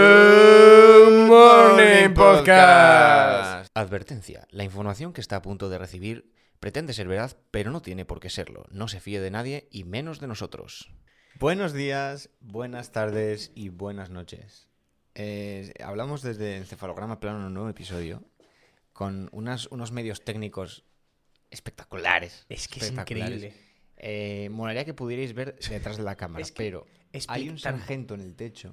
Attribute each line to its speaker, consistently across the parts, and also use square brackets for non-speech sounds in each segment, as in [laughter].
Speaker 1: Good Morning Podcast.
Speaker 2: Advertencia, la información que está a punto de recibir pretende ser veraz, pero no tiene por qué serlo. No se fíe de nadie y menos de nosotros.
Speaker 1: Buenos días, buenas tardes y buenas noches. Eh, hablamos desde Encefalograma Plano en un nuevo episodio con unas- unos medios técnicos espectaculares.
Speaker 3: Es que es
Speaker 1: espectaculares.
Speaker 3: increíble.
Speaker 1: Eh, molaría que pudierais ver detrás
Speaker 2: [laughs]
Speaker 1: de la cámara,
Speaker 3: Es que
Speaker 1: pero hay un
Speaker 3: espectac-
Speaker 1: sargento en el techo.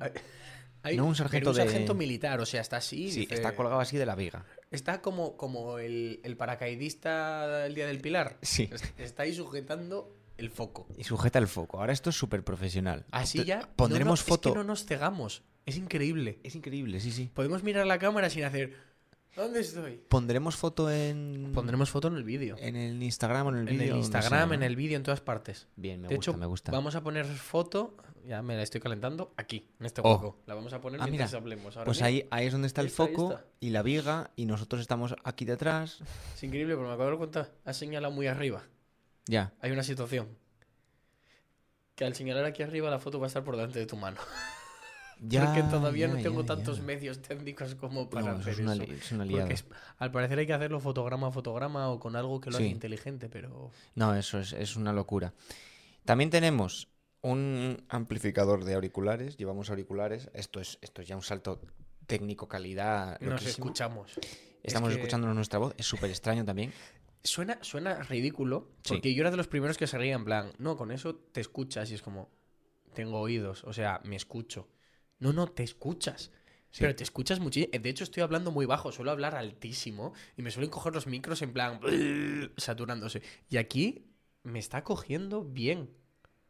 Speaker 3: Ay,
Speaker 1: No, un sargento
Speaker 3: pero un
Speaker 1: de-
Speaker 3: sargento militar, o sea, está así.
Speaker 1: Sí,
Speaker 3: dice-
Speaker 1: está colgado así de la viga.
Speaker 3: Está como, como el, el paracaidista el día del pilar.
Speaker 1: Sí.
Speaker 3: Es- Está ahí sujetando el foco.
Speaker 1: Y sujeta el foco. Ahora esto es súper profesional.
Speaker 3: Así ya. no
Speaker 1: Pondremos
Speaker 3: nos-
Speaker 1: foto.
Speaker 3: Es que no nos cegamos. Es increíble.
Speaker 1: Es increíble, sí, sí.
Speaker 3: Podemos mirar la cámara sin hacer. ¿Dónde estoy?
Speaker 1: Pondremos foto en.
Speaker 3: Pondremos foto en el vídeo.
Speaker 1: En el Instagram, o en el
Speaker 3: En
Speaker 1: vídeo.
Speaker 3: el
Speaker 1: donde
Speaker 3: Instagram,
Speaker 1: sea,
Speaker 3: en
Speaker 1: ¿no?
Speaker 3: el vídeo, en todas partes.
Speaker 1: Bien, me
Speaker 3: de
Speaker 1: gusta,
Speaker 3: hecho,
Speaker 1: me gusta.
Speaker 3: vamos a poner foto. Ya me la estoy calentando aquí, en este
Speaker 1: Oh.
Speaker 3: hueco. La vamos a poner
Speaker 1: Ah,
Speaker 3: mientras
Speaker 1: mira.
Speaker 3: hablemos. Ahora
Speaker 1: Pues
Speaker 3: mismo.
Speaker 1: ahí, ahí es donde está el
Speaker 3: Esta,
Speaker 1: foco
Speaker 3: esta.
Speaker 1: y la viga, y nosotros estamos aquí detrás.
Speaker 3: Es increíble, pero me acabo de dar cuenta. Has señalado muy arriba.
Speaker 1: Ya.
Speaker 3: Hay una situación. Que al señalar aquí arriba la foto va a estar por delante de tu mano.
Speaker 1: ya
Speaker 3: Porque todavía no
Speaker 1: ya,
Speaker 3: tengo
Speaker 1: ya,
Speaker 3: tantos
Speaker 1: ya.
Speaker 3: medios técnicos como
Speaker 1: No,
Speaker 3: para
Speaker 1: eso
Speaker 3: hacer
Speaker 1: es una,
Speaker 3: eso.
Speaker 1: li- es una liada.
Speaker 3: Porque es- al parecer hay que hacerlo fotograma a fotograma o con algo que lo haga
Speaker 1: Sí.
Speaker 3: inteligente, pero.
Speaker 1: No, eso es, es una locura. También tenemos un amplificador de auriculares. Llevamos auriculares. Esto es, esto es ya un salto técnico, calidad.
Speaker 3: Nos
Speaker 1: loquísimo.
Speaker 3: escuchamos.
Speaker 1: Estamos
Speaker 3: que-
Speaker 1: escuchándonos nuestra voz. Es súper extraño también.
Speaker 3: Suena, suena ridículo,
Speaker 1: Sí.
Speaker 3: porque yo era de los primeros que se reía en plan, no, con eso te escuchas y es como, tengo oídos, o sea, me escucho. No, no, te escuchas.
Speaker 1: Sí.
Speaker 3: Pero te escuchas muchísimo. Eh, De hecho, estoy hablando muy bajo, suelo hablar altísimo y me suelen coger los micros en plan, [laughs] saturándose. Y aquí me está cogiendo bien.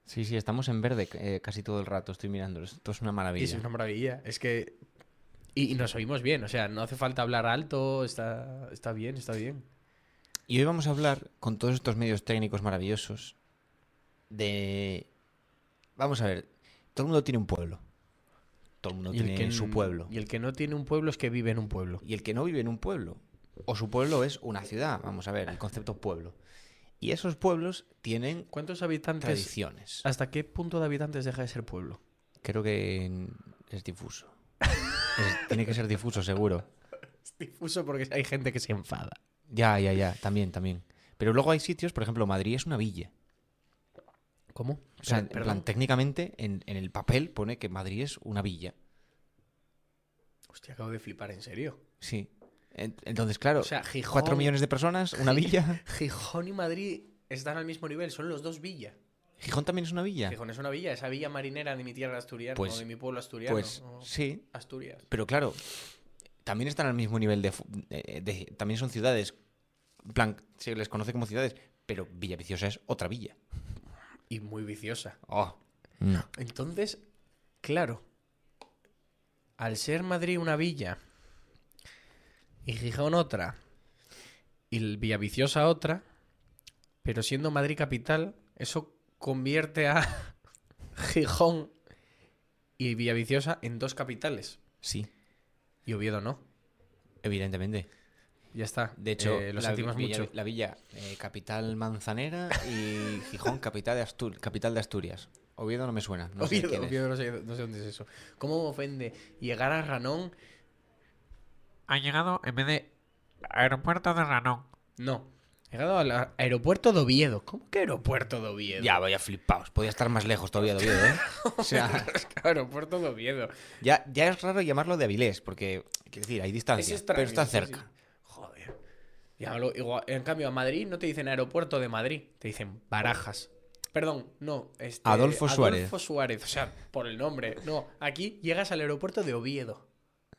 Speaker 1: Sí, sí, estamos en verde eh, casi todo el rato. Estoy mirándolo. Esto es una
Speaker 3: Y
Speaker 1: maravilla.
Speaker 3: eso es una maravilla. Es que... Y, y nos oímos bien, o sea, no hace falta hablar alto, está, está bien, está bien.
Speaker 1: Y hoy vamos a hablar con todos estos medios técnicos maravillosos de... Vamos a ver, todo el mundo tiene un pueblo. Todo el mundo tiene su pueblo.
Speaker 3: Y el que no tiene un pueblo es que vive en un pueblo.
Speaker 1: Y el que no vive en un pueblo, o su pueblo es una ciudad, vamos a ver, el concepto pueblo. Y esos pueblos tienen
Speaker 3: ¿Cuántos habitantes?
Speaker 1: tradiciones.
Speaker 3: ¿Hasta qué punto de habitantes deja de ser pueblo?
Speaker 1: Creo que en- es difuso. Es- tiene que ser difuso, seguro.
Speaker 3: Es difuso porque hay gente que se enfada.
Speaker 1: Ya, ya, ya, también, también. Pero luego hay sitios, por ejemplo, Madrid es una villa.
Speaker 3: ¿Cómo?
Speaker 1: O sea, en plan, técnicamente, en, en el papel pone que Madrid es una villa.
Speaker 3: Hostia, acabo de flipar, en serio.
Speaker 1: Sí. En- Entonces, claro,
Speaker 3: O sea, Gijón,
Speaker 1: cuatro millones de personas, una
Speaker 3: [laughs]
Speaker 1: villa.
Speaker 3: Gijón y Madrid están al mismo nivel, son los dos villas.
Speaker 1: Gijón también es una villa.
Speaker 3: Gijón es una villa, esa villa marinera de mi tierra asturiana
Speaker 1: Pues-
Speaker 3: o de mi pueblo asturiano.
Speaker 1: Pues
Speaker 3: o
Speaker 1: sí,
Speaker 3: Asturias.
Speaker 1: pero claro, también están al mismo nivel de, fu- de- de- También son ciudades. En plan, se les conoce como ciudades, pero Villa Viciosa es otra villa.
Speaker 3: Y muy viciosa.
Speaker 1: Oh.
Speaker 3: Entonces, claro, al ser Madrid una villa y Gijón otra y el Villaviciosa otra, pero siendo Madrid capital, eso convierte a [laughs] Gijón y Villaviciosa en dos capitales.
Speaker 1: Sí,
Speaker 3: Y Oviedo no.
Speaker 1: evidentemente.
Speaker 3: Ya está.
Speaker 1: De hecho,
Speaker 3: Eh, lo
Speaker 1: la,
Speaker 3: sentimos
Speaker 1: villa,
Speaker 3: mucho.
Speaker 1: la villa eh, capital manzanera
Speaker 3: [laughs]
Speaker 1: y Gijón capital de, Astur- capital de Asturias. Oviedo no me suena. [laughs] No sé
Speaker 3: Oviedo,
Speaker 1: quién es.
Speaker 3: Oviedo no, sé, no sé dónde es eso. ¿Cómo me ofende llegar a Ranón?
Speaker 4: han llegado en vez de aeropuerto de Ranón.
Speaker 3: No. He llegado al a- aeropuerto de Oviedo. ¿Cómo que aeropuerto de Oviedo?
Speaker 1: Ya, vaya flipaos. Podía estar más lejos todavía de Oviedo,
Speaker 3: [laughs]
Speaker 1: ¿eh? O sea,
Speaker 3: Aeropuerto de Oviedo.
Speaker 1: ya, ya es raro llamarlo de Avilés, porque, quiero decir, hay
Speaker 3: Es
Speaker 1: distancia, Ah,
Speaker 3: extraño,
Speaker 1: pero está
Speaker 3: sí, sí,
Speaker 1: cerca.
Speaker 3: sí. Joder. Llámalo igual- en cambio, a Madrid no te dicen aeropuerto de Madrid, te dicen Barajas. Perdón, no. este,
Speaker 1: Adolfo Suárez.
Speaker 3: Adolfo Suárez, o sea, por el nombre. No, aquí llegas al aeropuerto de Oviedo.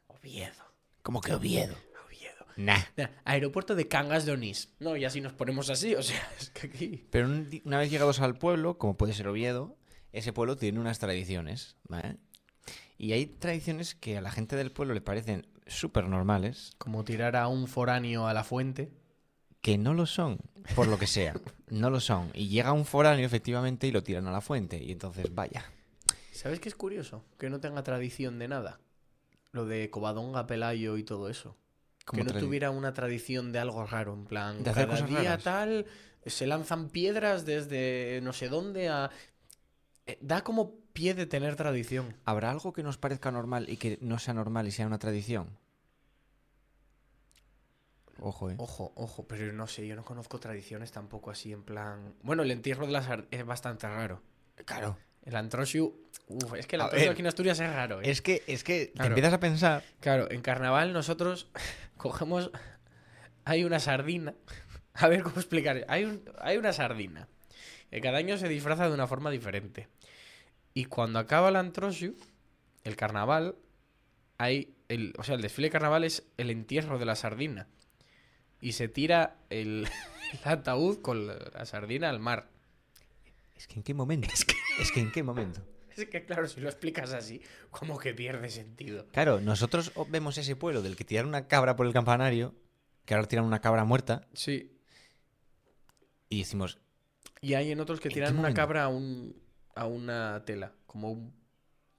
Speaker 3: Oviedo,
Speaker 1: Como que Oviedo.
Speaker 3: Oviedo.
Speaker 1: Nah.
Speaker 3: Nah, aeropuerto de Cangas de Onís. No, y así nos ponemos así, o sea, [laughs] es que aquí...
Speaker 1: Pero un di- una vez llegados al pueblo, como puede ser Oviedo, ese pueblo tiene unas tradiciones, ¿vale? Y hay tradiciones que a la gente del pueblo le parecen súper normales,
Speaker 3: Como tirar a un foráneo a la fuente.
Speaker 1: que no lo son, por lo que
Speaker 3: [laughs]
Speaker 1: sea. No lo son. Y llega un foráneo, efectivamente, y lo tiran a la fuente. Y entonces, vaya.
Speaker 3: ¿Sabes qué es curioso? Que no tenga tradición de nada. Lo de Covadonga, Pelayo y todo eso.
Speaker 1: como
Speaker 3: que no
Speaker 1: tradi-
Speaker 3: tuviera una tradición de algo raro, en plan,
Speaker 1: De hacer
Speaker 3: cada
Speaker 1: cosas
Speaker 3: día
Speaker 1: raras.
Speaker 3: tal se lanzan piedras desde no sé dónde a eh, da como pie de tener tradición.
Speaker 1: ¿Habrá algo que nos parezca normal y que no sea normal y sea una tradición? Ojo, eh.
Speaker 3: Ojo, ojo, pero no sé, yo no conozco tradiciones tampoco así en plan. Bueno, el entierro de las ar- es bastante raro.
Speaker 1: Claro.
Speaker 3: El Antrosiu. Uf, es que el
Speaker 1: A
Speaker 3: Antrosiu
Speaker 1: ver.
Speaker 3: aquí en Asturias es raro, ¿eh?
Speaker 1: Es que, es que te
Speaker 3: Claro.
Speaker 1: empiezas a pensar.
Speaker 3: Claro, en carnaval nosotros [laughs] cogemos. Hay una sardina. [laughs] A ver cómo explicar. Hay, un- hay una sardina. Que cada año se disfraza de una forma diferente. Y cuando acaba el Antrosiu, el carnaval, hay. El, o sea, el desfile de carnaval es el entierro de la sardina. Y se tira el, [laughs] el ataúd con la, la sardina al mar.
Speaker 1: Es que en qué momento. Es que, en qué momento.
Speaker 3: Es que, claro, si lo explicas así, como que pierde sentido.
Speaker 1: Claro, nosotros o- vemos ese pueblo del que tiraron una cabra por el campanario, que ahora tiran una cabra muerta,
Speaker 3: Sí,
Speaker 1: y decimos,
Speaker 3: Y hay en otros que
Speaker 1: ¿En
Speaker 3: tiran
Speaker 1: qué
Speaker 3: una
Speaker 1: momento?
Speaker 3: cabra a, un, a una tela, como, un-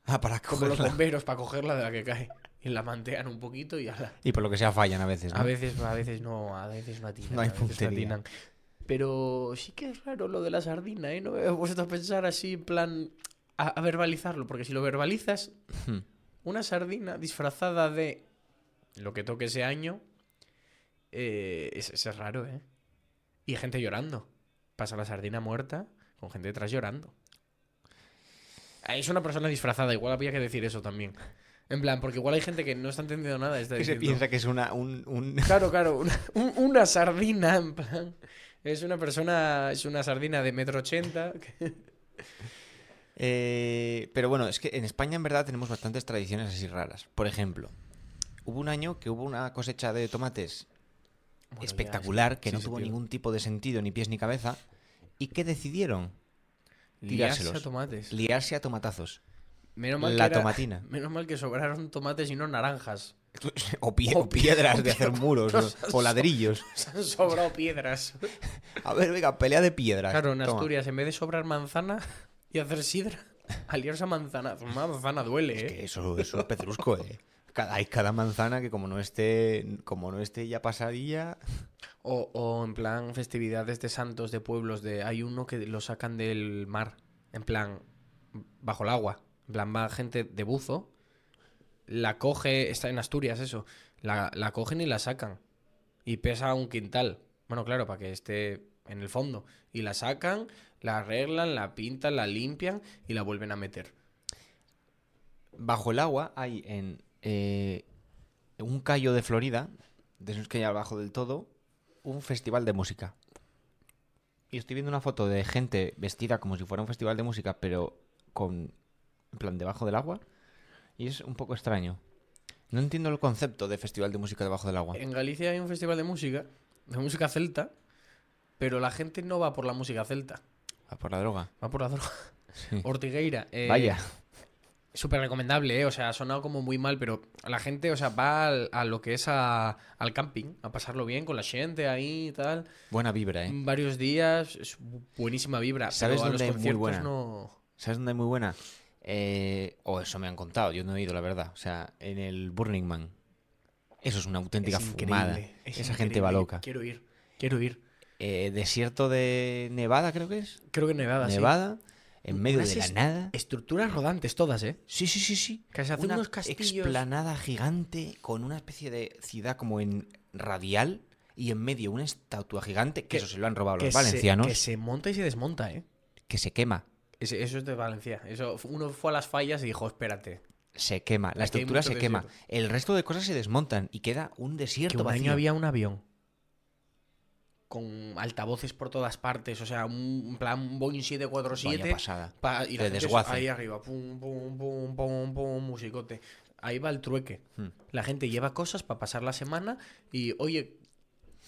Speaker 1: ah, para
Speaker 3: como los
Speaker 1: cogerla.
Speaker 3: bomberos para cogerla de la que cae. Y la mantean un poquito y ala.
Speaker 1: Y por lo que sea fallan a veces. ¿no?
Speaker 3: A veces, a veces no, a veces no atinan.
Speaker 1: No hay
Speaker 3: a veces
Speaker 1: puntería.
Speaker 3: atinan. Pero sí que es raro lo de la sardina, ¿eh? No me he puesto a pensar así en plan a, a verbalizarlo, porque si lo verbalizas,
Speaker 1: Hmm.
Speaker 3: una sardina disfrazada de lo que toque ese año, eh, es, es raro, ¿eh? Y hay gente llorando. Pasa la sardina muerta con gente detrás llorando. Ah, Es una persona disfrazada, igual había que decir eso también. En plan, porque igual hay gente que no está entendiendo
Speaker 1: [laughs]
Speaker 3: nada. Está
Speaker 1: Que se
Speaker 3: diciendo-
Speaker 1: piensa que es una, un, un-
Speaker 3: Claro, claro, una, un- una sardina, en plan. Es una persona, es una sardina de metro ochenta. que-
Speaker 1: Eh, pero bueno, es que en España en verdad tenemos bastantes tradiciones así raras. Por ejemplo, hubo un año que hubo una cosecha de tomates
Speaker 3: Bueno, ya,
Speaker 1: espectacular que
Speaker 3: sí,
Speaker 1: no
Speaker 3: sí,
Speaker 1: tuvo
Speaker 3: tío.
Speaker 1: ningún tipo de sentido, ni pies ni cabeza, y que decidieron
Speaker 3: Liarse
Speaker 1: tirárselos.
Speaker 3: a tomates.
Speaker 1: liarse a tomatazos. [laughs]
Speaker 3: Menos mal
Speaker 1: La
Speaker 3: que era-
Speaker 1: tomatina.
Speaker 3: [laughs] Menos mal que sobraron tomates y no naranjas. [laughs]
Speaker 1: O, pie-
Speaker 3: O
Speaker 1: o
Speaker 3: pie-
Speaker 1: piedras
Speaker 3: o
Speaker 1: de hacer
Speaker 3: pie-
Speaker 1: muros
Speaker 3: no
Speaker 1: o-
Speaker 3: [laughs] seas-
Speaker 1: o ladrillos.
Speaker 3: Se han sobrado piedras.
Speaker 1: A ver, venga, pelea de piedras.
Speaker 3: Claro, en
Speaker 1: Toma.
Speaker 3: Asturias, en vez de sobrar manzana y hacer sidra, [laughs] aliarse a manzana. Una manzana duele,
Speaker 1: Es
Speaker 3: ¿eh?
Speaker 1: que eso es un pedrusco, eh. Cada, hay cada manzana que como no esté, como no esté ya pasadilla.
Speaker 3: O, o en plan festividades de santos de pueblos de hay uno que lo sacan del mar, en plan bajo el agua, en plan va gente de buzo, la coge, está en Asturias eso, la, la cogen y la sacan y pesa un quintal. Bueno, claro, para que esté en el fondo y la sacan, la arreglan, la pintan, la limpian y la vuelven a meter.
Speaker 1: Bajo el agua hay en eh, un callo de Florida, de esos que hay abajo del todo, un festival de música. Y estoy viendo una foto de gente vestida como si fuera un festival de música, pero con en plan debajo del agua. Y es un poco extraño. No entiendo el concepto de festival de música debajo del agua.
Speaker 3: En Galicia hay un festival de música, de música celta, pero la gente no va por la música celta,
Speaker 1: Ah, Por la droga.
Speaker 3: va por la droga.
Speaker 1: Sí.
Speaker 3: Ortigueira. eh,
Speaker 1: Vaya.
Speaker 3: Súper recomendable, ¿eh? O sea, ha sonado como muy mal, pero la gente, o sea, va al- a lo que es a- al camping, a pasarlo bien con la gente ahí y tal.
Speaker 1: Buena vibra, ¿eh?
Speaker 3: Varios días, es buenísima vibra.
Speaker 1: ¿Sabes
Speaker 3: pero a
Speaker 1: dónde
Speaker 3: los
Speaker 1: es muy
Speaker 3: conciertos
Speaker 1: buena?
Speaker 3: no.
Speaker 1: ¿Sabes dónde es muy buena? Eh, o eso me han contado, yo no he ido, la verdad. O sea, en el Burning Man. Eso es una auténtica
Speaker 3: Es increíble,
Speaker 1: fumada.
Speaker 3: es
Speaker 1: Esa gente va
Speaker 3: increíble.
Speaker 1: loca.
Speaker 3: Quiero ir, quiero ir.
Speaker 1: Eh, desierto de Nevada, creo que es.
Speaker 3: Creo que Nevada, sí.
Speaker 1: Nevada, en medio
Speaker 3: Unas
Speaker 1: de la
Speaker 3: est-
Speaker 1: nada.
Speaker 3: Estructuras rodantes todas, ¿eh?
Speaker 1: Sí, sí, sí, sí.
Speaker 3: Que se hacen
Speaker 1: una
Speaker 3: unos castillos.
Speaker 1: explanada gigante con una especie de ciudad como en radial y en medio una estatua gigante, que,
Speaker 3: Que-
Speaker 1: eso se lo han robado
Speaker 3: que
Speaker 1: los
Speaker 3: se-
Speaker 1: valencianos,
Speaker 3: que se monta y se desmonta, ¿eh?
Speaker 1: que se quema.
Speaker 3: Ese- Eso es de Valencia. Eso, uno fue a las fallas y dijo, espérate,
Speaker 1: Se quema, la
Speaker 3: Aquí hay
Speaker 1: estructura
Speaker 3: mucho
Speaker 1: se quema,
Speaker 3: desierto.
Speaker 1: el resto de cosas se desmontan y queda un desierto
Speaker 3: que un año
Speaker 1: vacío.
Speaker 3: había un avión con altavoces por todas partes, o sea, un en plan un Boeing
Speaker 1: Vaya
Speaker 3: 747
Speaker 1: pasada.
Speaker 3: pa- y la
Speaker 1: de
Speaker 3: gente
Speaker 1: desguace.
Speaker 3: ahí arriba, pum pum pum pum pum musicote. Ahí va el trueque.
Speaker 1: Hmm.
Speaker 3: La gente lleva cosas para pasar la semana y oye,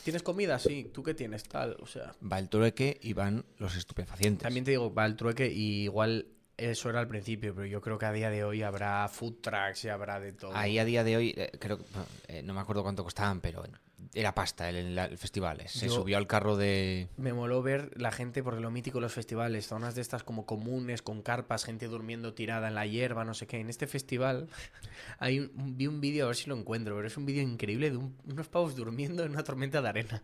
Speaker 3: ¿tienes comida? Sí, ¿tú qué tienes? Tal, o sea,
Speaker 1: Va el trueque y van los estupefacientes.
Speaker 3: también te digo, va el trueque y igual eso era al principio, pero yo creo que a día de hoy habrá food trucks y habrá de todo.
Speaker 1: Ahí a día de hoy, eh, creo que- eh, no me acuerdo cuánto costaban, pero Era pasta el, el- el festival. eh. Se
Speaker 3: Yo-
Speaker 1: subió al carro de.
Speaker 3: Me moló ver la gente, porque lo mítico de los festivales, zonas de estas como comunes, con carpas, gente durmiendo tirada en la hierba, no sé qué. En este festival [laughs] hay un- un- vi un vídeo, a ver si lo encuentro, pero es un vídeo increíble de un- unos pavos durmiendo en una tormenta de arena.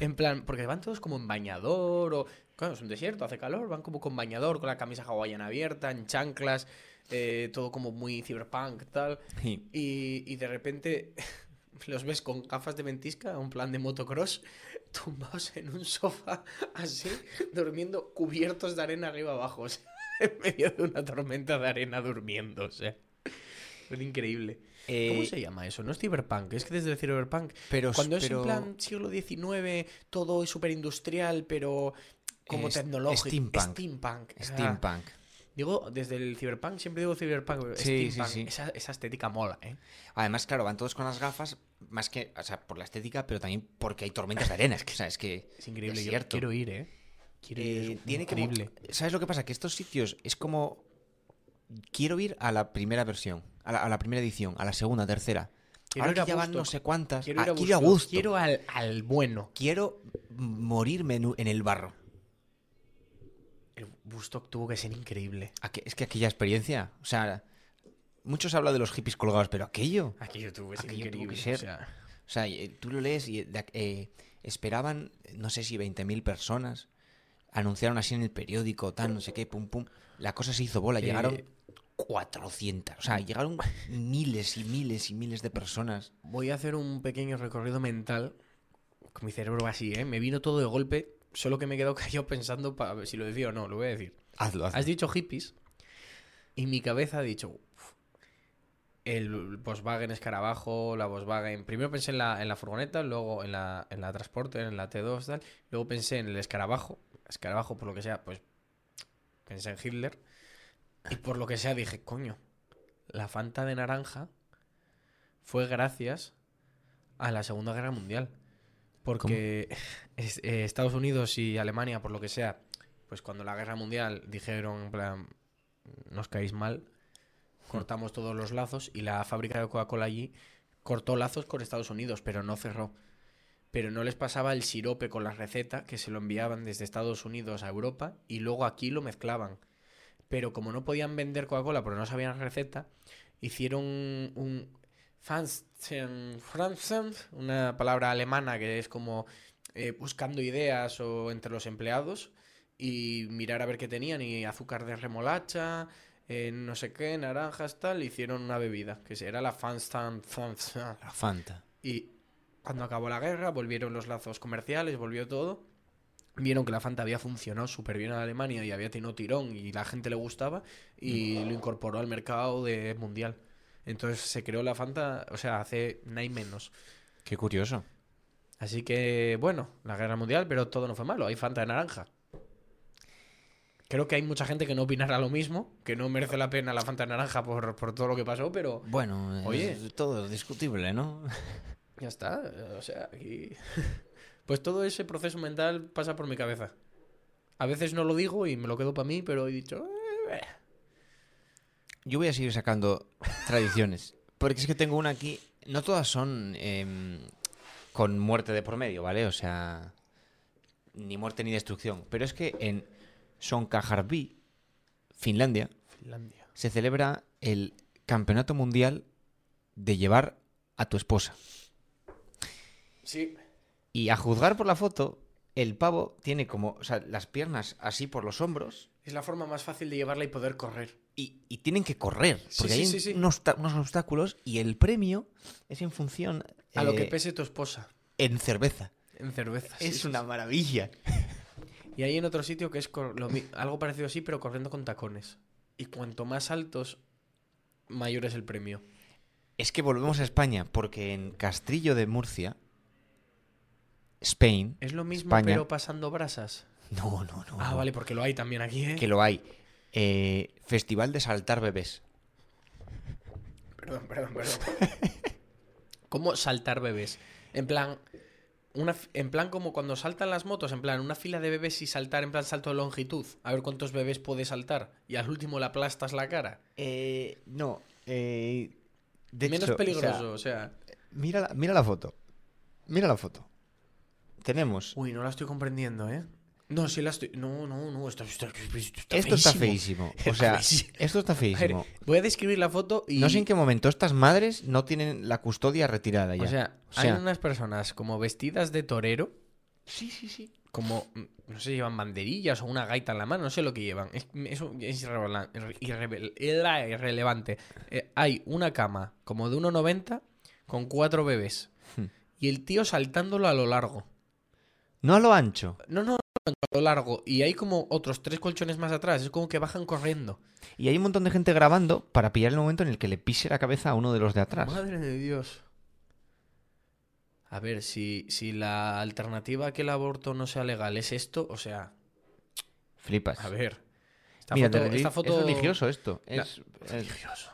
Speaker 3: En plan, porque van todos como en bañador o... Claro, es un desierto, hace calor, van como con bañador, con la camisa hawaiana abierta, en chanclas, eh, todo como muy cyberpunk, tal.
Speaker 1: Sí.
Speaker 3: [laughs] Y, y de repente [laughs] los ves con gafas de ventisca, un plan de motocross, [laughs] tumbados en un sofá, así, durmiendo cubiertos de arena arriba abajo, [laughs] o sea, en medio de una tormenta de arena durmiendo, o sea. Fue increíble. ¿Cómo
Speaker 1: Eh,
Speaker 3: se llama eso? No es cyberpunk, es que desde el cyberpunk,
Speaker 1: Pero,
Speaker 3: cuando es
Speaker 1: pero-
Speaker 3: en plan siglo XIX, todo es súper industrial, pero como
Speaker 1: Es-
Speaker 3: tecnológico.
Speaker 1: steampunk.
Speaker 3: Steampunk. Ah,
Speaker 1: Steampunk.
Speaker 3: digo, desde el cyberpunk siempre digo cyberpunk. pero
Speaker 1: Sí, sí,
Speaker 3: steampunk,
Speaker 1: sí.
Speaker 3: Esa, esa estética mola, ¿eh?
Speaker 1: Además, claro, van todos con las gafas, más que, o sea, por la estética, pero también porque hay tormentas de arena. Es que, o sea, es que.
Speaker 3: Es increíble. yo
Speaker 1: Desierto.
Speaker 3: quiero ir, ¿eh? Quiero ir.
Speaker 1: eh,
Speaker 3: es
Speaker 1: tiene como-
Speaker 3: [laughs] increíble.
Speaker 1: ¿Sabes lo que pasa? Que estos sitios es como. Quiero ir a la primera versión, a la, a la primera edición, a la segunda, tercera.
Speaker 3: Quiero ir
Speaker 1: Ahora
Speaker 3: a
Speaker 1: que ya van
Speaker 3: gusto.
Speaker 1: no sé cuántas.
Speaker 3: Quiero ir
Speaker 1: Ah,
Speaker 3: a gusto. Quiero,
Speaker 1: a gusto.
Speaker 3: al, al bueno.
Speaker 1: Quiero morirme en, u- en el barro.
Speaker 3: El Bustock tuvo que ser increíble.
Speaker 1: Aqu- es que aquella experiencia, o sea, muchos hablan de los hippies colgados, pero aquello.
Speaker 3: Aquello tuvo que ser
Speaker 1: Aquello tuvo que
Speaker 3: increíble.
Speaker 1: ser.
Speaker 3: O sea,
Speaker 1: O sea, y, eh, tú lo lees y eh, de ac- eh, esperaban, no sé si 20.000 personas. Anunciaron así en el periódico, tal, no sé qué, pum, pum. La cosa se hizo bola,
Speaker 3: Eh,
Speaker 1: llegaron 400. O sea, llegaron miles y miles y miles de personas.
Speaker 3: voy a hacer un pequeño recorrido mental. Con mi cerebro va así, ¿eh? Me vino todo de golpe. Solo que me he quedado [laughs] callado pensando para ver si lo decía o no. Lo voy a decir.
Speaker 1: Hazlo, hazlo.
Speaker 3: Has dicho hippies. Y mi cabeza ha dicho. "Uf, el Volkswagen escarabajo, la Volkswagen. Primero pensé en la, en la furgoneta, luego en la, en la transporte, en la T2, tal. Luego pensé en el escarabajo. Escarabajo, por lo que sea, pues. Pensé en Hitler. Y por lo que sea dije, coño, la Fanta de naranja fue gracias a la Segunda Guerra Mundial. Porque es- eh, Estados Unidos y Alemania, por lo que sea, pues cuando la guerra mundial dijeron, en plan, nos caéis mal, cortamos todos los lazos y la fábrica de Coca-Cola allí cortó lazos con Estados Unidos, pero no cerró. Pero no les pasaba el sirope con la receta que se lo enviaban desde Estados Unidos a Europa y luego aquí lo mezclaban. Pero como no podían vender Coca-Cola porque no sabían la receta, hicieron un Franzen, Franzen, una palabra alemana que es como eh, buscando ideas o entre los empleados y mirar a ver qué tenían y azúcar de remolacha, eh, no sé qué, naranjas, tal, hicieron una bebida que era la Fanstan Franzen.
Speaker 1: La Fanta.
Speaker 3: Y cuando acabó la guerra, volvieron los lazos comerciales, volvió todo. Vieron que la Fanta había funcionado súper bien en Alemania y había tenido tirón y la gente le gustaba y lo incorporó al mercado de mundial. Entonces se creó la Fanta, o sea, hace nada y menos.
Speaker 1: Qué curioso.
Speaker 3: Así que, bueno, la guerra mundial, pero todo no fue malo. Hay Fanta de naranja. Creo que hay mucha gente que no opinará lo mismo, que no merece la pena la Fanta de naranja por, por todo lo que pasó, pero
Speaker 1: Bueno, eh,
Speaker 3: Oye.
Speaker 1: es todo discutible, ¿no?
Speaker 3: Ya está, o sea, aquí... [laughs] Pues todo ese proceso mental pasa por mi cabeza. A veces no lo digo y me lo quedo para mí, pero he dicho... "Eh, eh".
Speaker 1: Yo voy a seguir sacando tradiciones. Porque es que tengo una aquí. No todas son em, con muerte de por medio, ¿vale? O sea. Ni muerte ni destrucción. Pero es que en Sonkajärvi, Finlandia,
Speaker 3: Finlandia.
Speaker 1: se celebra el Campeonato Mundial de llevar a tu esposa.
Speaker 3: Sí.
Speaker 1: Y a juzgar por la foto, el pavo tiene como. O sea, las piernas así por los hombros.
Speaker 3: Es la forma más fácil de llevarla y poder correr.
Speaker 1: y, y tienen que correr.
Speaker 3: Sí,
Speaker 1: Porque
Speaker 3: sí,
Speaker 1: hay
Speaker 3: sí, sí.
Speaker 1: Unos, ta- unos obstáculos y el premio es en función
Speaker 3: A lo que
Speaker 1: eh,
Speaker 3: pese tu esposa.
Speaker 1: en cerveza.
Speaker 3: En cerveza. sí,
Speaker 1: es
Speaker 3: sí,
Speaker 1: una maravilla.
Speaker 3: sí. Y hay en otro sitio que es cor- lo mi- algo parecido así, pero corriendo con tacones. Y cuanto más altos, mayor es el premio.
Speaker 1: Es que volvemos a España, porque en Castrillo de Murcia, Spain.
Speaker 3: Es lo mismo,
Speaker 1: España.
Speaker 3: pero pasando brasas.
Speaker 1: No, no, no.
Speaker 3: Eh. Ah,
Speaker 1: no,
Speaker 3: vale, porque lo hay también aquí, ¿eh?
Speaker 1: Que lo hay. Eh, Festival de saltar bebés.
Speaker 3: Perdón, perdón, perdón. [laughs] ¿Cómo saltar bebés? En plan, una, f- en plan como cuando saltan las motos, en plan una fila de bebés y saltar en plan salto de longitud, a ver cuántos bebés puede saltar y al último le aplastas la cara.
Speaker 1: Eh, no. eh, de
Speaker 3: Menos
Speaker 1: hecho, o sea,
Speaker 3: peligroso, o sea,
Speaker 1: mira, la, mira la foto. Mira la foto. Tenemos.
Speaker 3: Uy, no la estoy comprendiendo, ¿eh? No, sí la estoy. No, no, no. Esto, esto- esto está
Speaker 1: Esto está
Speaker 3: feísimo.
Speaker 1: feísimo.
Speaker 3: Está
Speaker 1: O sea,
Speaker 3: feísimo.
Speaker 1: esto está
Speaker 3: A ver,
Speaker 1: feísimo.
Speaker 3: voy a describir la foto y.
Speaker 1: No sé en qué momento estas madres no tienen la custodia retirada ya.
Speaker 3: O sea,
Speaker 1: O sea-
Speaker 3: hay unas personas como vestidas de torero. Sí, sí, sí. Como, mm, no sé, llevan banderillas o una gaita en la mano, no sé lo que llevan. Es- Eso es, irrevela- irrevel- era irrelevante. Eh, hay una cama como de 1,90 con cuatro bebés.
Speaker 1: Hmm.
Speaker 3: Y el tío saltándolo a lo largo.
Speaker 1: no a lo ancho.
Speaker 3: No, no, no, a lo largo. Y hay como otros tres colchones más atrás. Es como que bajan corriendo.
Speaker 1: Y hay un montón de gente grabando para pillar el momento en el que le pise la cabeza a uno de los de atrás.
Speaker 3: Madre de Dios. A ver, si, si la alternativa a que el aborto no sea legal es esto, o sea,
Speaker 1: Flipas.
Speaker 3: a ver. Esta
Speaker 1: Mira,
Speaker 3: foto,
Speaker 1: te-
Speaker 3: esta
Speaker 1: es
Speaker 3: foto-
Speaker 1: religioso esto.
Speaker 3: La-
Speaker 1: Es, es-
Speaker 3: religioso.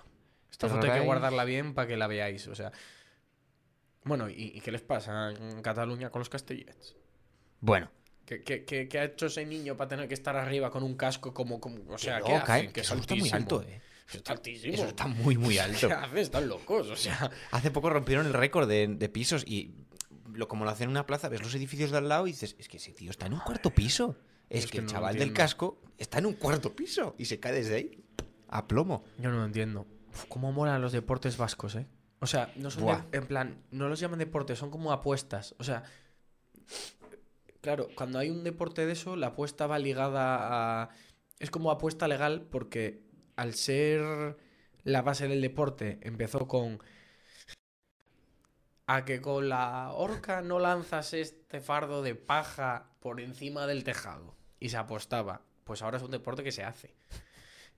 Speaker 3: Esta
Speaker 1: Te
Speaker 3: foto hay que
Speaker 1: adoráis.
Speaker 3: guardarla bien para que la veáis, o sea. Bueno, ¿y, y qué les pasa en Cataluña con los castellets?
Speaker 1: Bueno,
Speaker 3: ¿Qué, qué- qué- qué ha hecho ese niño para tener que estar arriba con un casco como... como o sea,
Speaker 1: que
Speaker 3: ¿qué
Speaker 1: loca,
Speaker 3: hacen?
Speaker 1: ¿eh?
Speaker 3: Que es
Speaker 1: Eso está muy
Speaker 3: altísimo.
Speaker 1: alto, ¿eh?
Speaker 3: Eso está altísimo.
Speaker 1: Eso
Speaker 3: [laughs]
Speaker 1: está muy, muy alto.
Speaker 3: ¿Qué hacen? Están locos, o sea...
Speaker 1: Hace poco rompieron el récord de, de pisos y lo, como lo hacen en una plaza, ves los edificios de al lado y dices, es que ese tío está en un cuarto piso. Es,
Speaker 3: Es
Speaker 1: que,
Speaker 3: que
Speaker 1: el
Speaker 3: no lo
Speaker 1: chaval del
Speaker 3: entiendo.
Speaker 1: casco está en un cuarto piso y se cae desde ahí a plomo.
Speaker 3: Yo no lo entiendo. Uf, ¿Cómo molan los deportes vascos, eh? O sea, no son de-
Speaker 1: Buah.
Speaker 3: en plan, no los llaman deportes, son como apuestas. O sea, claro, cuando hay un deporte de eso, la apuesta va ligada a. Es como apuesta legal porque al ser la base del deporte empezó con. A que con la horca no lanzas este fardo de paja por encima del tejado. Y se apostaba. Pues ahora es un deporte que se hace.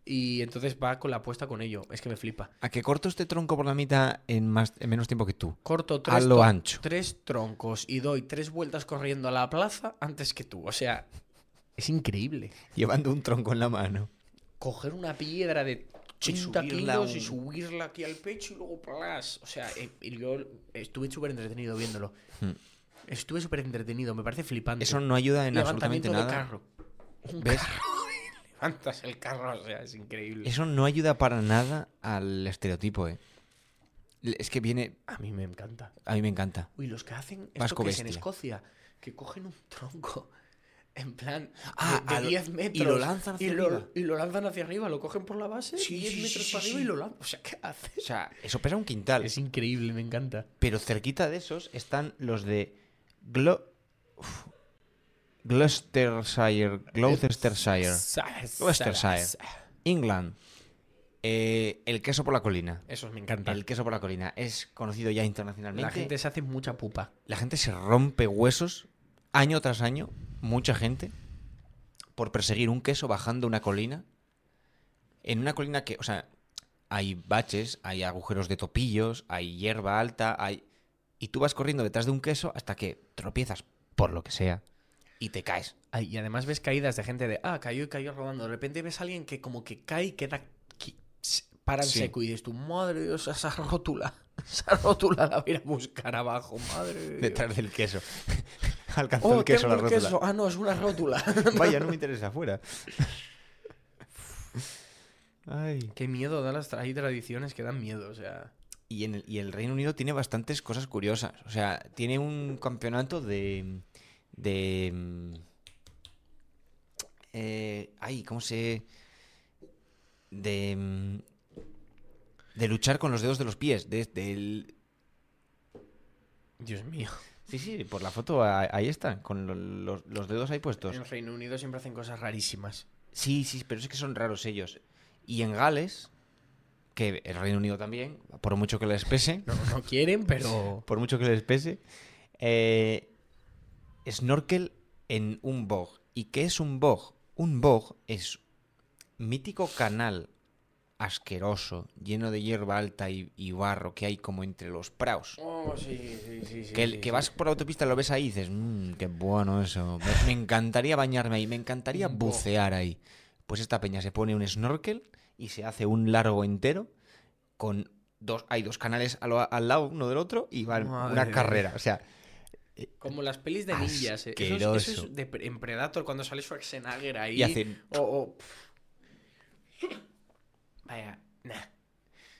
Speaker 3: Y entonces va con la apuesta con ello. Es que me flipa.
Speaker 1: A que corto este tronco por la mitad en, más, en menos tiempo que tú. [laughs]
Speaker 3: Corto
Speaker 1: A
Speaker 3: tres,
Speaker 1: lo
Speaker 3: tron-
Speaker 1: ancho.
Speaker 3: tres troncos y doy tres vueltas corriendo a la plaza antes que tú. O sea, es increíble.
Speaker 1: Llevando un tronco en la mano.
Speaker 3: Coger una piedra de
Speaker 1: subirla
Speaker 3: 80
Speaker 1: a
Speaker 3: kilos y
Speaker 1: un-
Speaker 3: subirla aquí al pecho y luego plas. O sea, eh, y yo estuve súper entretenido viéndolo.
Speaker 1: Hmm.
Speaker 3: Estuve súper entretenido, me parece flipante.
Speaker 1: Eso no ayuda en absolutamente
Speaker 3: Levantamiento de
Speaker 1: nada.
Speaker 3: carro. Un
Speaker 1: ¿Ves?
Speaker 3: carro. [laughs] Levantas el carro, o sea, es increíble.
Speaker 1: Eso no ayuda para nada al estereotipo, ¿eh? Le- Es que viene...
Speaker 3: A mí me encanta.
Speaker 1: A mí me encanta.
Speaker 3: Uy, los que hacen esto
Speaker 1: Vasco
Speaker 3: que es en
Speaker 1: bestia.
Speaker 3: Escocia, que cogen un tronco en plan de-
Speaker 1: Ah, a
Speaker 3: de,
Speaker 1: lo-
Speaker 3: 10 metros
Speaker 1: y lo lanzan
Speaker 3: y
Speaker 1: hacia
Speaker 3: lo-
Speaker 1: arriba.
Speaker 3: y lo lanzan hacia arriba, lo cogen por la base,
Speaker 1: Sí,
Speaker 3: 10
Speaker 1: sí, sí,
Speaker 3: metros
Speaker 1: sí,
Speaker 3: para
Speaker 1: sí.
Speaker 3: arriba y lo lanzan. O sea, ¿qué
Speaker 1: O
Speaker 3: haces?
Speaker 1: sea, eso pesa un quintal.
Speaker 3: Es increíble, me encanta.
Speaker 1: Pero cerquita de esos están los de Glo... Uf. Gloucestershire, Gloucestershire, Gloucestershire. England. Eh, el queso por la colina.
Speaker 3: Eso me encanta.
Speaker 1: El queso por la colina es conocido ya internacionalmente.
Speaker 3: La gente se hace mucha pupa.
Speaker 1: la gente se rompe huesos año tras año, mucha gente, por perseguir un queso bajando una colina. En una colina que, o sea, hay baches, hay agujeros de topillos, hay hierba alta, hay... Y tú vas corriendo detrás de un queso hasta que tropiezas, por lo que sea, y te caes.
Speaker 3: Ay, y además ves caídas de gente de, ah, cayó y cayó rodando. De repente ves a alguien que como que cae y queda qui- se- para en
Speaker 1: Sí.
Speaker 3: seco y dices tú, madre de Dios, esa [laughs] rótula, esa rótula la voy a ir a buscar abajo, madre de Dios".
Speaker 1: Detrás del queso. [laughs] Alcanzó
Speaker 3: Oh,
Speaker 1: el queso
Speaker 3: tengo
Speaker 1: la
Speaker 3: el
Speaker 1: rótula.
Speaker 3: queso. Ah, no, es una rótula. [laughs]
Speaker 1: Vaya, no me interesa [laughs] afuera. Ay.
Speaker 3: Qué miedo da las hay tradiciones que dan miedo, o sea.
Speaker 1: Y, en el, y el Reino Unido tiene bastantes cosas curiosas. O sea, tiene un campeonato de. de. mm, eh, ay, ¿cómo se.? De. mm, De luchar con los dedos de los pies. De, del-
Speaker 3: Dios mío.
Speaker 1: Sí, sí, por la foto a- ahí están, con lo- los, los dedos ahí puestos.
Speaker 3: En Reino Unido siempre hacen cosas rarísimas.
Speaker 1: Sí, sí, pero es que son raros ellos. Y en Gales, que el Reino Unido también, por mucho que les pese.
Speaker 3: No, no quieren, pero.
Speaker 1: [laughs] por mucho que les pese. Eh, snorkel en un bog. ¿Y qué es un bog? Un bog es mítico canal asqueroso, lleno de hierba alta y, y barro que hay como entre los praos.
Speaker 3: Oh, sí, sí, sí. sí,
Speaker 1: Que, el-
Speaker 3: sí,
Speaker 1: que
Speaker 3: sí.
Speaker 1: vas por la autopista, lo ves ahí y dices, mmm, qué bueno eso. Me, me encantaría bañarme ahí, me encantaría
Speaker 3: Un bog.
Speaker 1: bucear ahí. Pues esta peña se pone un snorkel y se hace un largo entero con dos, hay dos canales al, al lado uno del otro y van
Speaker 3: Madre
Speaker 1: una
Speaker 3: mía.
Speaker 1: carrera. O sea,
Speaker 3: Como las pelis de ninjas. eh. Eso es- Eso
Speaker 1: Asqueroso.
Speaker 3: es de pre- en Predator cuando sale Schwarzenegger ahí.
Speaker 1: y hacen
Speaker 3: O. o- Vaya. nah.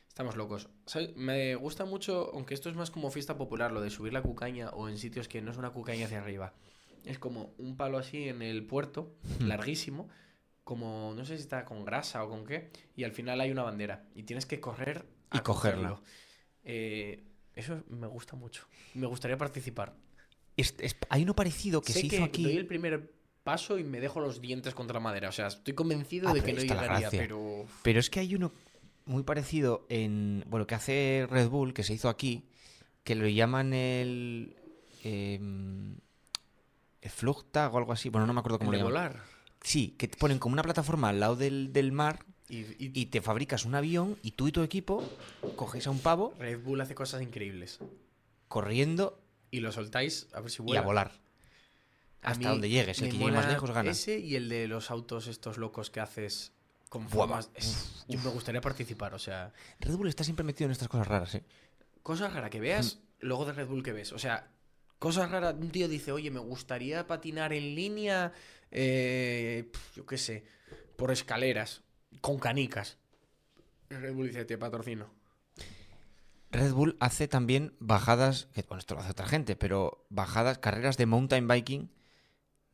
Speaker 3: Estamos locos. ¿Sabes? Me gusta mucho, aunque esto es más como fiesta popular, lo de subir la cucaña o en sitios que no es una cucaña hacia arriba. Es como un palo así en el puerto, larguísimo, como no sé si está con grasa o con qué, y al final hay una bandera y tienes que correr
Speaker 1: Y
Speaker 3: a
Speaker 1: cogerla.
Speaker 3: cogerlo. Eh, eso me gusta mucho. Me gustaría participar.
Speaker 1: Es- es- hay uno parecido que
Speaker 3: sé
Speaker 1: se
Speaker 3: que
Speaker 1: hizo aquí.
Speaker 3: doy el primer paso y me dejo los dientes contra la madera. O sea, estoy convencido
Speaker 1: Ah,
Speaker 3: de
Speaker 1: pero
Speaker 3: que
Speaker 1: ahí
Speaker 3: no
Speaker 1: está la
Speaker 3: llegaría,
Speaker 1: gracia.
Speaker 3: pero
Speaker 1: Pero es que hay uno muy parecido en. Bueno, que hace Red Bull, que se hizo aquí, que lo llaman el. em, el Flugtag o algo así. Bueno, no me acuerdo cómo
Speaker 3: el
Speaker 1: lo
Speaker 3: de
Speaker 1: llaman.
Speaker 3: volar.
Speaker 1: Sí, que te ponen como una plataforma al lado del, del mar
Speaker 3: Y- y
Speaker 1: y te fabricas un avión y tú y tu equipo cogéis a un pavo
Speaker 3: Red Bull hace cosas increíbles.
Speaker 1: corriendo
Speaker 3: Y lo soltáis a ver si
Speaker 1: y
Speaker 3: vuela.
Speaker 1: a volar. hasta
Speaker 3: mí
Speaker 1: donde llegues, el
Speaker 3: me
Speaker 1: que llegue más
Speaker 3: mola
Speaker 1: lejos gana.
Speaker 3: Ese y el de los autos estos locos que haces con
Speaker 1: Buah,
Speaker 3: formas. es- yo me gustaría participar, o sea.
Speaker 1: Red Bull está siempre metido en estas cosas raras, ¿eh?
Speaker 3: Cosas raras que veas,
Speaker 5: Mm.
Speaker 3: luego de Red Bull que ves. O sea, cosas raras. Un tío dice, oye, me gustaría patinar en línea, eh, pf, yo qué sé, por escaleras, con canicas. Y Red Bull dice, te patrocino.
Speaker 1: Red Bull hace también bajadas, que bueno, esto lo hace otra gente, pero bajadas, carreras de mountain biking.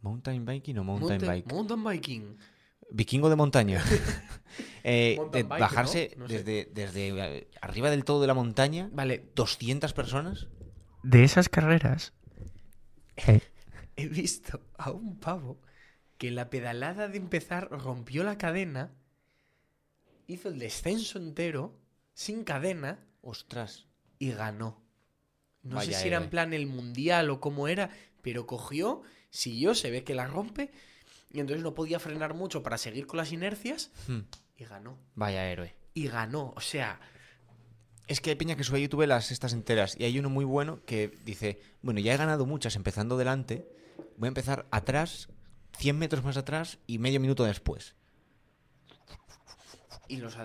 Speaker 1: ¿Mountain biking o mountain,
Speaker 3: Mountain-
Speaker 1: bike?
Speaker 3: Mountain biking.
Speaker 1: Vikingo de [laughs] montaña. Eh,
Speaker 3: Mountain
Speaker 1: de
Speaker 3: bike,
Speaker 1: bajarse
Speaker 3: ¿no? No sé.
Speaker 1: desde, desde eh, arriba del todo de la montaña,
Speaker 3: Vale,
Speaker 1: 200 personas.
Speaker 5: De esas
Speaker 3: [laughs]
Speaker 5: carreras. eh,
Speaker 3: he visto a un pavo que en la pedalada de empezar rompió la cadena, hizo el descenso entero, sin cadena,
Speaker 1: Ostras.
Speaker 3: y ganó. No
Speaker 1: Vaya
Speaker 3: sé si era en
Speaker 1: héroe.
Speaker 3: plan el mundial o cómo era, pero cogió, siguió, se ve que la rompe, y entonces no podía frenar mucho para seguir con las inercias,
Speaker 1: Hmm,
Speaker 3: y ganó.
Speaker 1: Vaya héroe.
Speaker 3: Y ganó, o sea,
Speaker 1: Es que hay peña que sube a YouTube las estas enteras y hay uno muy bueno que dice, bueno, ya he ganado muchas empezando delante, voy a empezar atrás, 100 metros más atrás y medio minuto después. Y
Speaker 3: y los
Speaker 1: los, a-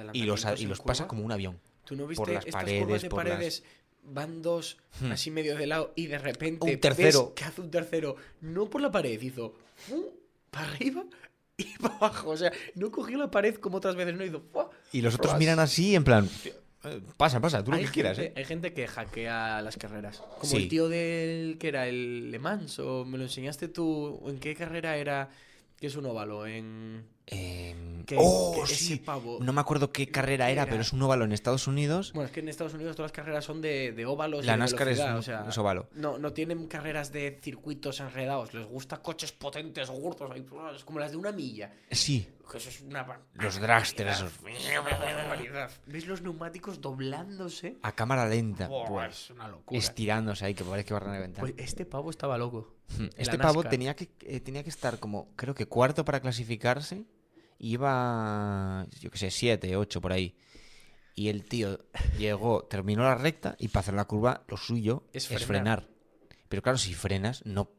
Speaker 3: adelantamientos
Speaker 1: y
Speaker 3: en
Speaker 1: los
Speaker 3: curva.
Speaker 1: pasa como un avión.
Speaker 3: ¿Tú no viste
Speaker 1: por las
Speaker 3: estas
Speaker 1: paredes,
Speaker 3: curvas de
Speaker 1: por las-
Speaker 3: paredes? Van dos
Speaker 1: Hmm.
Speaker 3: así medio de lado y de repente
Speaker 1: Un
Speaker 3: ves
Speaker 1: tercero.
Speaker 3: que hace un tercero no por la pared, hizo ¡fum! para arriba y [laughs] para abajo. O sea, no cogió la pared como otras veces, no hizo ¡fua!
Speaker 1: Y los otros
Speaker 3: Ostras.
Speaker 1: miran así en plan, "Eh, pasa, pasa, tú lo
Speaker 3: Hay
Speaker 1: que quieras,
Speaker 3: gente- [laughs]
Speaker 1: ¿eh?
Speaker 3: Hay gente que hackea las carreras. Como
Speaker 1: Sí.
Speaker 3: el tío del que era el Le Mans, o me lo enseñaste tú, ¿en qué carrera era? Que es un óvalo, en...
Speaker 1: Eh,
Speaker 3: que-
Speaker 1: oh,
Speaker 3: que ese
Speaker 1: sí.
Speaker 3: pavo-
Speaker 1: No me acuerdo qué carrera era,
Speaker 3: era-
Speaker 1: pero es un óvalo en Estados Unidos.
Speaker 3: Bueno, es que en Estados Unidos todas las carreras son de, de óvalos.
Speaker 1: la
Speaker 3: y de
Speaker 1: NASCAR es,
Speaker 3: velocidad,
Speaker 1: un-
Speaker 3: o sea,
Speaker 1: es óvalo.
Speaker 3: No, no tienen carreras de circuitos enredados. Les gusta coches potentes, gordos, ahí, es como las de una milla.
Speaker 1: Sí,
Speaker 3: Que eso es una bar-
Speaker 1: los dragsters esos,
Speaker 3: barbaridad. ¿Ves los neumáticos doblándose?
Speaker 1: a cámara lenta,
Speaker 3: Buah,
Speaker 1: buah,
Speaker 4: Pues,
Speaker 3: es una locura.
Speaker 1: estirándose ahí, que parece que van a reventar.
Speaker 3: Pues este pavo estaba loco.
Speaker 1: Hmm,
Speaker 3: la
Speaker 1: Este pavo
Speaker 3: NASCAR.
Speaker 1: tenía que, eh, tenía que estar como, creo que cuarto para clasificarse. y Iba, yo qué sé, siete, ocho por ahí. Y el tío llegó, terminó la recta y para hacer la curva lo suyo es
Speaker 3: Es
Speaker 1: frenar.
Speaker 3: frenar.
Speaker 1: Pero claro, si frenas, no...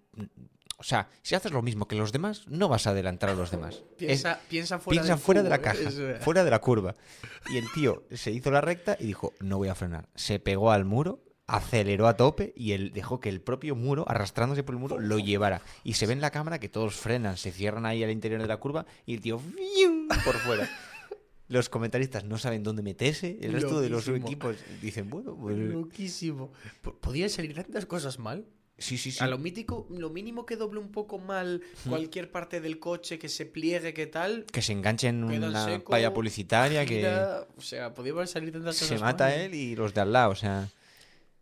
Speaker 1: O sea, si haces lo mismo que los demás, no vas a adelantar a los demás. Es-
Speaker 3: [laughs] Piensa, piensa fuera,
Speaker 1: piensa
Speaker 3: del
Speaker 1: fuera de la
Speaker 3: fútbol,
Speaker 1: caja,
Speaker 3: eso es. [laughs]
Speaker 1: fuera de la curva. Y el tío se hizo la recta y dijo, no voy a frenar. Se pegó al muro, aceleró a tope y él dejó que el propio muro, arrastrándose por el muro, lo llevara. Y se ve en la cámara que todos frenan, se cierran ahí al interior de la curva y el tío ¡fiu! por fuera. Los comentaristas no saben dónde meterse, el resto de los
Speaker 3: Loquísimo.
Speaker 1: equipos dicen, bueno, pues...
Speaker 3: Loquísimo. P- Podían salir tantas cosas mal.
Speaker 1: Sí, sí, sí.
Speaker 3: A lo mítico, lo mínimo que doble un poco mal cualquier parte del coche, que se pliegue, que tal,
Speaker 1: Que se enganche en
Speaker 3: Queda
Speaker 1: una
Speaker 3: seco,
Speaker 1: valla publicitaria,
Speaker 3: Mira, O sea, podía salir
Speaker 1: que
Speaker 3: tantas
Speaker 1: se
Speaker 3: cosas
Speaker 1: mata
Speaker 3: mal.
Speaker 1: él y los de al lado, o sea...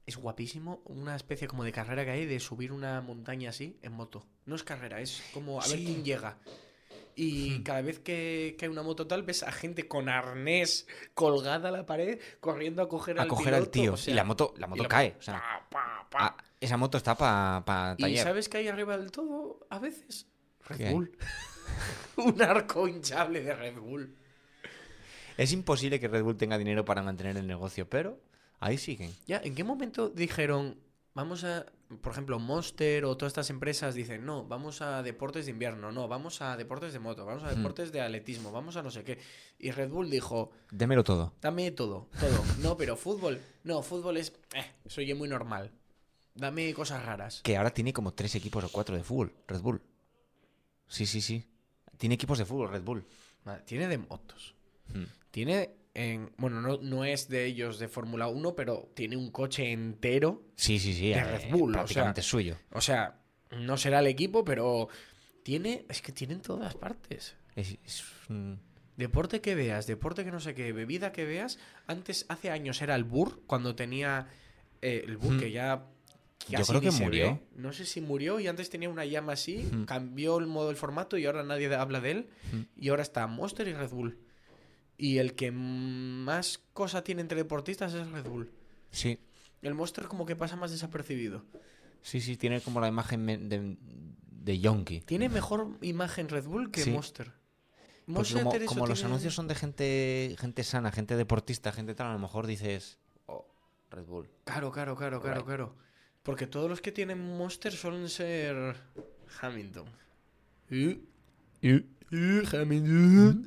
Speaker 3: Es guapísimo una especie como de carrera que hay de subir una montaña así en moto. No es carrera, es como a
Speaker 1: Sí. Hmm.
Speaker 3: ver quién llega. Y cada vez que, que hay una moto tal, ves a gente con arnés colgada a la pared corriendo a coger
Speaker 1: a
Speaker 3: al
Speaker 1: coger al
Speaker 3: piloto,
Speaker 1: tío.
Speaker 3: o sea,
Speaker 1: y la moto, la moto
Speaker 3: la
Speaker 1: cae.
Speaker 3: moto,
Speaker 1: o sea,
Speaker 3: pa, pa, pa.
Speaker 1: ah, esa moto está para pa
Speaker 3: ¿Y
Speaker 1: taller.
Speaker 3: sabes que hay arriba del todo a veces? Red
Speaker 1: ¿Qué hay?
Speaker 3: Bull. [laughs] Un arco hinchable de Red Bull.
Speaker 1: Es imposible que Red Bull tenga dinero para mantener el negocio, pero ahí siguen.
Speaker 3: Ya, ¿en qué momento dijeron, vamos a, por ejemplo, Monster o todas estas empresas dicen, no, vamos a deportes de invierno, no, vamos a deportes de moto, vamos a
Speaker 1: Hmm.
Speaker 3: deportes de atletismo, vamos a no sé qué? Y Red Bull dijo,
Speaker 1: Démelo todo.
Speaker 3: dame todo, todo. [laughs] No, pero fútbol, no, fútbol es, eh, soy yo muy normal. Dame cosas raras.
Speaker 1: Que ahora tiene como tres equipos o cuatro de fútbol, Red Bull. Sí, sí, sí. Tiene equipos de fútbol, Red Bull.
Speaker 3: Madre, Tiene de motos,
Speaker 1: Hmm.
Speaker 3: tiene en. Bueno, no, no es de ellos de Fórmula 1, pero tiene un coche entero.
Speaker 1: Sí, sí, sí.
Speaker 3: De
Speaker 1: eh,
Speaker 3: Red Bull, o
Speaker 1: prácticamente
Speaker 3: sea.
Speaker 1: suyo.
Speaker 3: O sea, no será el equipo, pero tiene. Es que tienen todas partes.
Speaker 1: Es- es un-
Speaker 3: Deporte que veas, deporte que no sé qué, bebida que veas. Antes, hace años era el Bur, cuando tenía eh, el Bur, que ya.
Speaker 1: Mm. Yo
Speaker 3: casi
Speaker 1: creo
Speaker 3: ni
Speaker 1: que
Speaker 3: se
Speaker 1: murió. Mm.
Speaker 3: ve. No sé si murió y antes tenía una llama así,
Speaker 1: Ujú.
Speaker 3: cambió el modo, el formato y ahora nadie habla de él.
Speaker 1: Ujú.
Speaker 3: Y ahora está Monster y Red Bull. Y el que más cosa tiene entre deportistas es Red Bull.
Speaker 1: sí,
Speaker 3: El Monster como que pasa más desapercibido.
Speaker 1: sí, sí, tiene como la imagen me- de, de yonki.
Speaker 3: Tiene mejor imagen Red Bull que
Speaker 1: Sí.
Speaker 3: Monster.
Speaker 1: Porque Pues como,
Speaker 3: eso
Speaker 1: como los
Speaker 3: tiene-
Speaker 1: anuncios son de gente, gente sana, gente deportista, gente tal, a lo mejor dices, oh, Red Bull.
Speaker 3: Claro, claro, claro, claro, claro. Porque todos los que tienen Monster suelen ser Hamilton. Y- y- y Hamilton.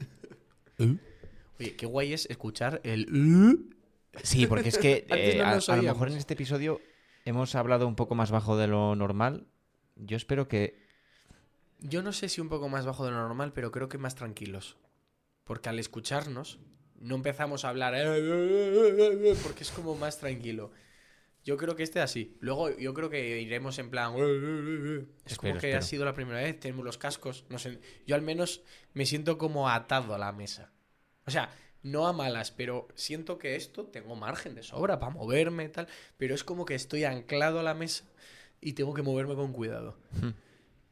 Speaker 3: Oye, qué guay es escuchar el... y.
Speaker 1: Sí, porque es que
Speaker 3: [laughs] Antes
Speaker 1: eh,
Speaker 3: no
Speaker 1: a,
Speaker 3: nos
Speaker 1: a lo
Speaker 3: oíamos.
Speaker 1: mejor en este episodio hemos hablado un poco más bajo de lo normal. Yo espero que
Speaker 3: Yo no sé si un poco más bajo de lo normal, pero creo que más tranquilos. Porque al escucharnos, no empezamos a hablar... "Eh, eh, eh, eh", Porque es como más tranquilo. Yo creo que este así. Luego yo creo que iremos en plan... "Eh, eh, eh, eh". Es como
Speaker 1: Espero,
Speaker 3: que ha
Speaker 1: espero.
Speaker 3: sido la primera vez, tenemos los cascos. no sé, Yo al menos me siento como atado a la mesa. O sea, no a malas, pero siento que esto tengo margen de sobra para moverme y tal. Pero es como que estoy anclado a la mesa y tengo que moverme con cuidado.
Speaker 1: Hmm.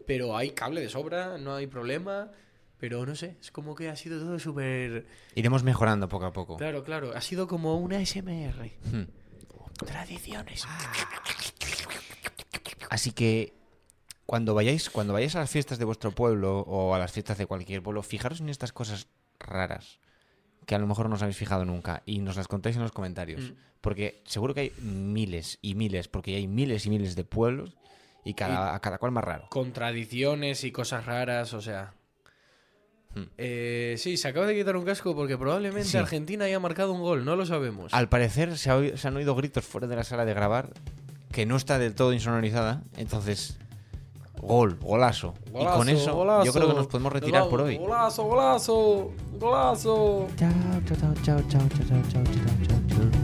Speaker 3: Pero hay cable de sobra, no hay problema. Pero no sé, es como que ha sido todo súper...
Speaker 1: iremos mejorando poco a poco.
Speaker 3: Claro, claro, ha sido como una SMR.
Speaker 1: Hmm.
Speaker 3: Tradiciones.
Speaker 1: Así que cuando vayáis, cuando vayáis a las fiestas de vuestro pueblo o a las fiestas de cualquier pueblo, fijaros en estas cosas raras que a lo mejor no os habéis fijado nunca y nos las contáis en los comentarios.
Speaker 3: Mm.
Speaker 1: Porque seguro que hay miles y miles, porque hay miles y miles de pueblos y cada, cada cual más raro.
Speaker 3: Con tradiciones y cosas raras, o sea... Eh, sí, se acaba de quitar un casco porque probablemente
Speaker 1: Hmm. Sí.
Speaker 3: Argentina haya marcado un gol, no lo sabemos.
Speaker 1: Al parecer se, ha oí- se han oído gritos fuera de la sala de grabar que no está del todo insonorizada. Entonces, gol, golazo. y con
Speaker 3: Golazo,
Speaker 1: eso yo creo que nos podemos
Speaker 3: Nos
Speaker 1: retirar por
Speaker 3: vamos.
Speaker 1: hoy.
Speaker 3: Golazo, golazo, golazo.
Speaker 6: Ciao, ciao, ciao, ciao, ciao, ciao, ciao, ciao, ciao, ciao.